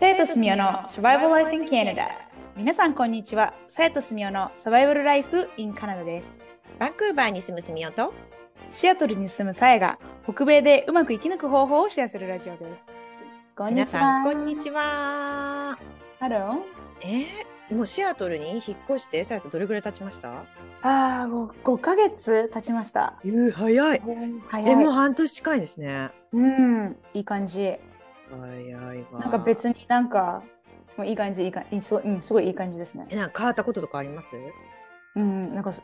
さやとすみおのサバイバルライフ in Canada 皆さんこんにちはさやとすみおのサバイバルライフ in Canada ですバンクーバーに住む住みよとシアトルに住むさやが北米でうまく生き抜く方法をシェアするラジオですこんに皆ちさんはこんにちは。ハロえー、もうシアトルに引っ越してさやさんどれぐらい経ちました？ーあー 5, ヶ月経ちましたえー、早い。早えいもう半年近いですね。うんいい感じ早いわ。なんか別になんかもういい感じいい感じすごい,、うん、すごいいい感じですねえなんか変わったこととかあります？うんなんか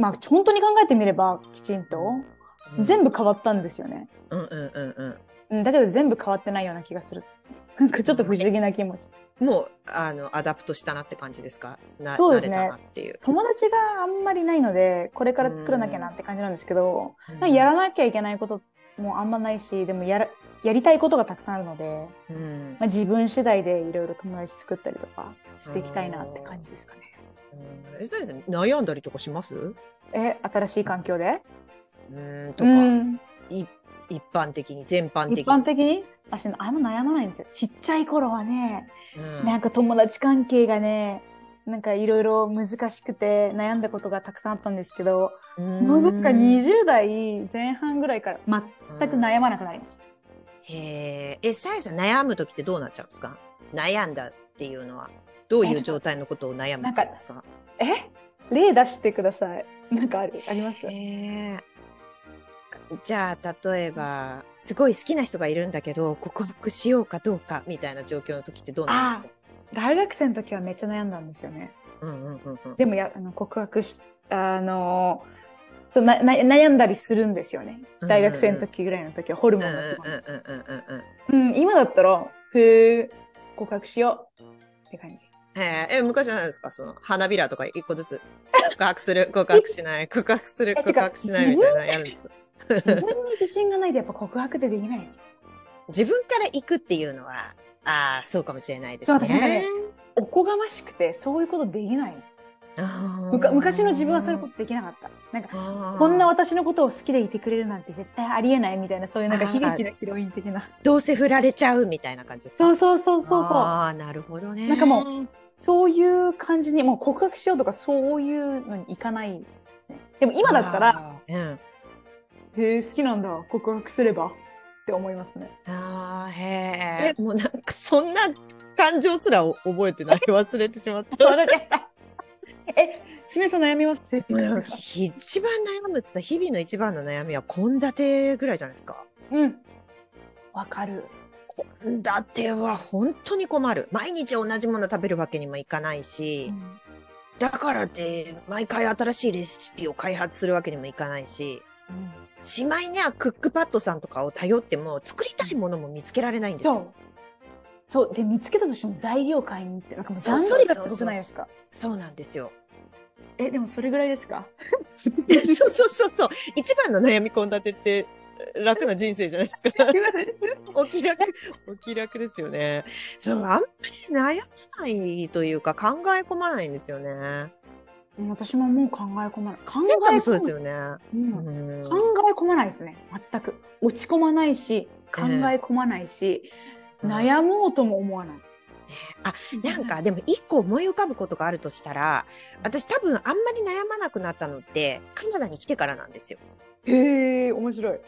まあ本当に考えてみればきちんと全部。部変わったんですよねうんうんうんうん、だけど全部変わってないような気がする。 なんかちょっと不思議な気持ち。うん。もうあのアダプトしたなって感じですか？なそうですね慣れたなっていう。友達があんまりないので、これから作らなきゃなって感じなんですけど、うんやらなきゃいけないこともあんまないし、でもやらやりたいことがたくさんあるので、うん。まあ、自分次第でいろいろ友達作ったりとかしていきたいなって感じですかね。うんえさやさん悩んだりとかします？うえ、新しい環境でーんととか、うん、い一般的に全般的に。一般的に私あんま悩まないんですよ。ちっちゃい頃はね、うんなんか友達関係がね、なんかいろいろ難しくて悩んだことがたくさんあったんですけど、もうなんか20代前半ぐらいから全く悩まなくなりました。へえ、え、さやさん悩む時ってどうなっちゃうんですか悩んだっていうのは、どういう状態のことを悩むって言うんですかえ例出してください。なんかあるありますへえ。じゃあ、例えば、すごい好きな人がいるんだけど、克服しようかどうかみたいな状況の時ってどうなんです大学生の時はめっちゃ悩んだんですよね。かうんうんうんうん。でもやあの告白し、あのそうなな悩んだりするんですよね。大学生の時ぐらいの時はホルうんモうんンがすごい。うんうんうんうんうん。うん、今だったら、へえ、告白しようって 感じ。へえ、え、昔じゃないですかその、花びらとか一個ずつ、告白す る、告白しない、告白する、えて告か白しないみたいなのやるんですか自分に自信がないとやっぱ告白ってできないですよ。自分から行くっていうのは、ああ、そうかもしれないですそうね。私なんかねおこがましくて、そういうことできない。むむか昔の自分はそういうことできなかった。なんかとこんな私のことを好きでいてくれるなんて絶対ありえないみたいなそういうなんかあー悲劇のヒロイン的などうせ振られちゃうみたいな感じですかそうそうそうそうそうああなるほどねなんかもううそういう感じにもう告白しようとかそういうのにいかないですねでも今だったらうんへえ好きなんだ告白すればって思いますねあーへえもうなんかそんな感情すら覚えてない忘れてしまった えしめさん悩みます一番悩むっつったら日々の一番の悩みは献立ぐらいじゃないですかうんわかる献立は本当に困る毎日同じもの食べるわけにもいかないし、だからって毎回新しいレシピを開発するわけにもいかないししまいにはクックパッドさんとかを頼っても作りたいものも見つけられないんですそよう。そうで見つけたとしても材料買いに行ってなんかもうそう段そう取りそうがそうすごくないですかそうなんですよ。えでもそれぐらい ですか そうそうそうそう。一番の悩み献立って楽な人生じゃないですか。すいません お気楽、 お気楽ですよね。そう、あんまり悩まないというか考え込まないんですよね。うん私ももう考え込まない。考えで込もさまんもそうですよね。うんう考んえ込まないですね。全く。落ち込まないし、考え込まないし、悩もうとも思わない。あ、なんかでも一個思い浮かぶことがあるとしたら、私多分あんまり悩まなくなったのってカナダに来てからなんですよ。 へえ、面白い。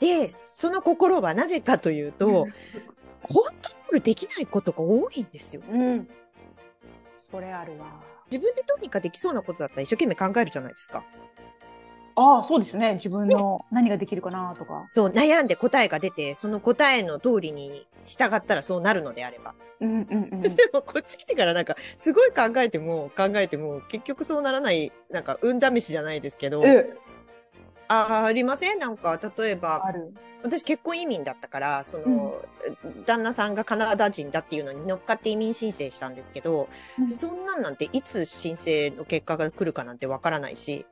で、その心はなぜかというと、コントロールできないことが多いんですよ。うん。それあるわ。自分でどうにかできそうなことだったら一生懸命考えるじゃないですか。ああ、そうですね。自分の何ができるかなとか。そう、悩んで答えが出て、その答えの通りに従ったらそうなるのであれば。うんうんうん。 でもこっち来てからなんか、すごい考えても考えても結局そうならない、なんか運試しじゃないですけど、え、あありませんなんか、例えば、ある。私結婚移民だったから、その、旦那さんがカナダ人だっていうのに乗っかって移民申請したんですけど、そそんなんなんていつ申請の結果が来るかなんてわからないし、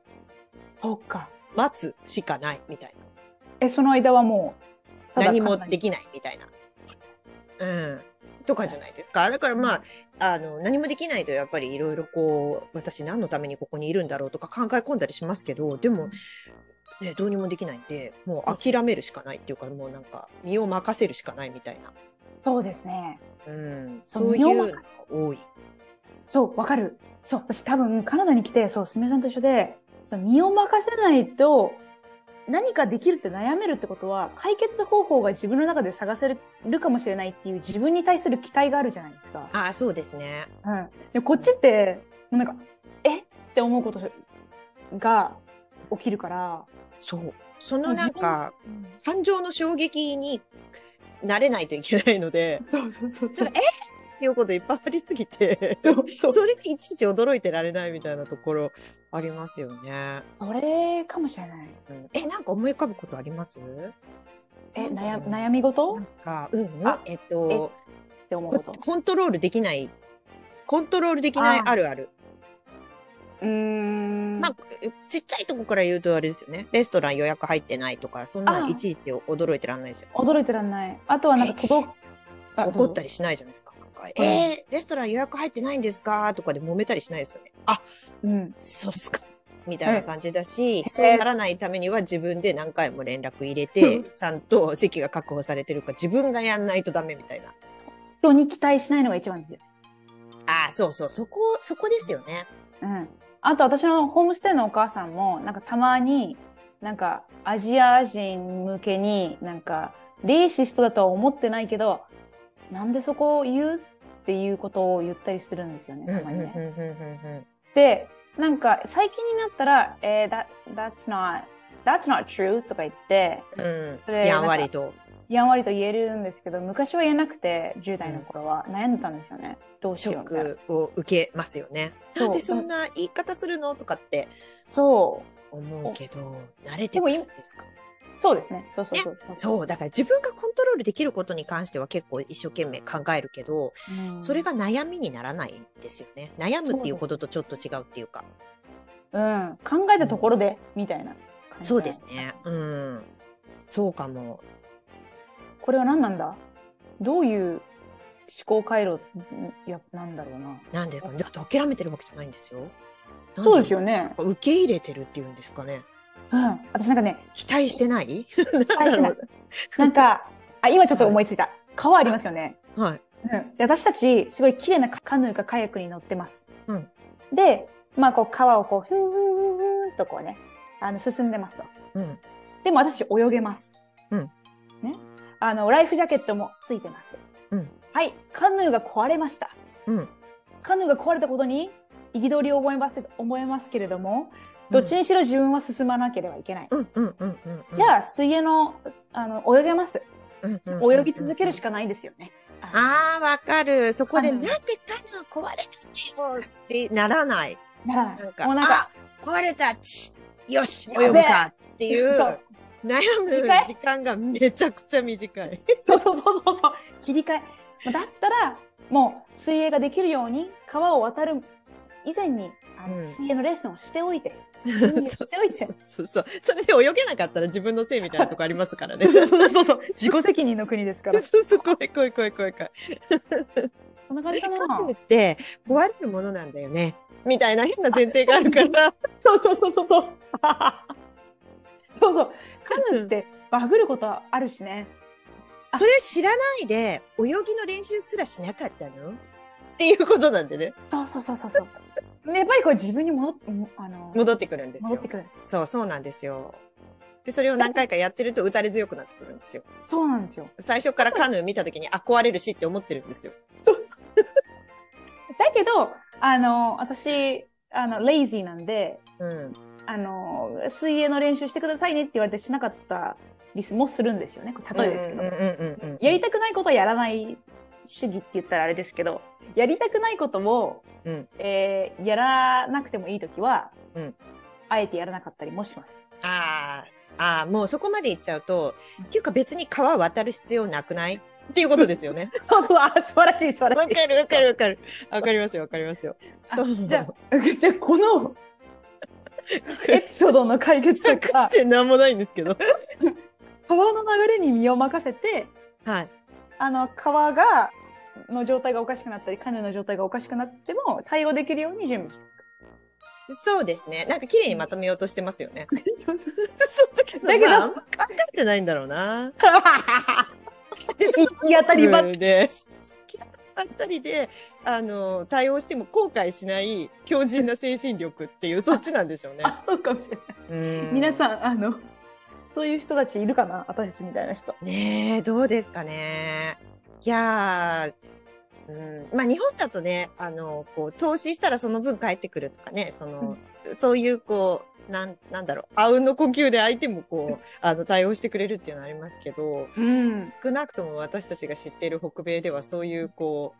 そうか。待つしかないみたいな。え、その間はもう、ただ何も考えできないみたいな。うん。とかじゃないですか。だからまあ、あの、何もできないとやっぱりいろいろこう、私何のためにここにいるんだろうとか考え込んだりしますけど、でも、ね、どうにもできないんで、もう諦めるしかないっていうか、もうなんか、身を任せるしかないみたいな。そうですね。うん。そうそうい身うをの任が多い。そう、わかる。そう、私多分カナダに来て、そう、すみれさんと一緒で、そう身を任せないと、何かできるって悩めるってことは、解決方法が自分の中で探せるかもしれないっていう自分に対する期待があるじゃないですか。ああ、そうですね。うん。で、こっちって、もうなんか、えって思うことが起きるから、そう。そのなんか、うん感情の衝撃になれないといけないので、そうそうそうそれっていうこといっぱいありすぎて、そうそう それにいちいち驚いてられないみたいなところありますよね。それかもしれない。うんえ、なんか思い浮かぶことありますえ、な悩んだろう悩み事なっんか、うん、あえっとて思うコ、こと。コントロールできない、コントロールできないあーあるある。うーん。まあ、ちっちゃいとこから言うとあれですよね。レストラン予約入ってないとか、そんなあのーいちいち驚いてらんないですよ。驚いてらんない。あとはなんか届く。あ怒ったり。りしないじゃないですか。なんか、えー、レストラン予約入ってないんですかとかで揉めたりしないですよね。あ、うん。そうっすか。みたいな感じだし、えそうならないためには自分で何回も連絡入れて、ちゃんと席が確保されてるか自分がやんないとダメみたいな。人に期待しないのが一番ですよ。あーそうそう、そこ、そこですよね。うん。あと私のホームステイのお母さんも、なんかたまに、なんかアジア人向けに、なんかレイシストだとは思ってないけど、なんでそこを言うっていうことを言ったりするんですよね、たまにね。で、なんか最近になったら、えー、that, that's not, that's not true とか言って、うんそれやんわりと。やんわりと言えるんですけど、昔は言えなくて、10代の頃は悩んでたんですよね。どうしショようッみたいな。クを受けますよね。そうなんでそんな言い方するのとかってそ思うけど、慣れてくるんですかね。う。そうですね。そうそうそうそう。そう、だから自分がコントロールできることに関しては結構一生懸命考えるけど、うんそれが悩みにならないんですよね。悩むっていうこととちょっと違うっていうか。うん、考えたところで、みたいな感じそうですね。うん。そうかも。これは何なんだどういう思考回路んやなんだろうななんでかね。だって諦めてるわけじゃないんですよ。そうですよ。よね、受け入れてるっていうんですかね。うん、私なんかね期待してな期い待してないなんかあ今ちょっと思いついた川ありますよね、 はい。うん、で私たちすごい綺麗なカヌーかカヤックに乗ってます、うん、でまあこう川をこうふーふーふーふーとこうねあの進んでますとうん。でも私泳げます。うんね。あの、ライフジャケットもついてます。うんはい。カヌーが壊れました。うん。カヌーが壊れたことに、憤りを覚えます、思いますけれども、どっちにしろ自分は進まなければいけない。うんうんうんうんうん。じゃあ、水泳の、あの、泳げます。うんうんうんうん泳ぎ続けるしかないですよね。あああ、わかる。そこで、わかなんんでないカヌー壊れたのってならない。ならない。なんか、もうなんか、あ壊れた、ちよし、やべえ泳ぐかっていう そう、悩む短い時間がめちゃくちゃ短い。そうそうそうそうそう。切り替え。まあだったら、もう水泳ができるように、川を渡る以前に、あの、うん水泳のレッスンをしておいて。 そ ううんそう強いですよそうそう。それで泳げなかったら自分のせいみたいなとこありますから ね。そうそうそう。自己責任の国ですから。 そうそう、怖い怖い怖い怖い怖い。そんな感じかな。カヌーって壊れるものなんだよね。みたいな変な前提があるから。そうそうそうそう。 そうそう。カヌーってバグることはあるしね。それ知らないで、泳ぎの練習すらしなかったのっていうことなんでね。そうそうそうそう そう。でやっぱりこう自分に戻って、もあの、戻ってくるんです戻っよて。くる。そう、そうなんですよ。で、それを何回かやってると打たれ強くなってくるんですよ。そうなんですよ。最初からカヌー見た時に、あ、壊れるしって思ってるんですよ。だけど、あの、私、あの、レイジーなんで、うん。あの、水泳の練習してくださいねって言われてしなかったリスもするんですよね。これ例えですけど。うんうんうんうん。やりたくないことはやらない主義って言ったらあれですけど、やりたくないことを、うんえーやらなくてもいいときは、うんあえてやらなかったりもします。 あーあー、もうそこまで行っちゃうと、っていうか別に川渡る必要なくないっていうことですよね。そうそう、あ素晴らしい、素晴ら わしい。かるわかるわかる。わかりますよわかりますよ。あそう。じゃあ、 じゃあこのエピソードの解決と隠 しか、てなんもないんですけ ど。川の流れに身を任せて、はい。あの、川が、の状態がおかしくなったり、カヌーの状態がおかしくなっても対応できるように準備していく。そうですね。なんか綺麗にまとめようとしてますよ ね。だけど、だけどまあ、考えてないんだろうな。行き当たりばっかで。あたりで、あの、対応しても後悔しない強靭な精神力っていう、そっちなんでしょうね。あ そうかもしれない。皆さん、あの、そういう人たちいるかな私たちみたいな人。ん。ねえ、どうですかね。いやー、うん、まあ日本だとね、あの、こう、投資したらその分返ってくるとかね、その、そういう、こう、なん、なんだろう、あうんの呼吸で相手もこう、あの、対応してくれるっていうのはありますけど、うん。少なくとも私たちが知っている北米ではそういうこ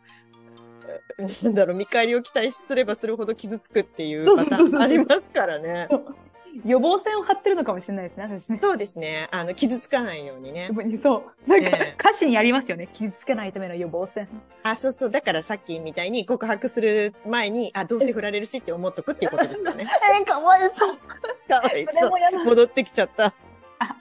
うう なんだろう見返りを期待すればするほど傷つくっていうパタそうそうそうそーうンありますからね。予防線を張ってるのかもしれないですね、私ね。そうですねあの傷つかないようにねで。もそう。なんか、ねえ歌詞にありますよね。傷つけないための予防線。あそうそうだからさっきみたいに告白する前にあどうせ振られるしって思っとくっていうことですよ ね。えー、かわいそう。かわいそれそうもやだ。戻ってきちゃった。ああ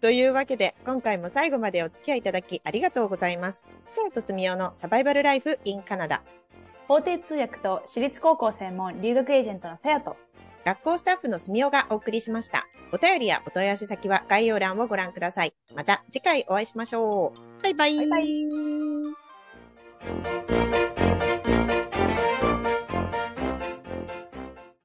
というわけで今回も最後までお付き合いいただきありがとうございます。ソラとスミオのサバイバルライフ in カナダ法廷通訳と私立高校専門留学エージェントのさやと。学校スタッフのすみおがお送りしました。お便りやお問い合わせ先は概要欄をご覧ください。また次回お会いしましょう。バイバイ。バイバイ。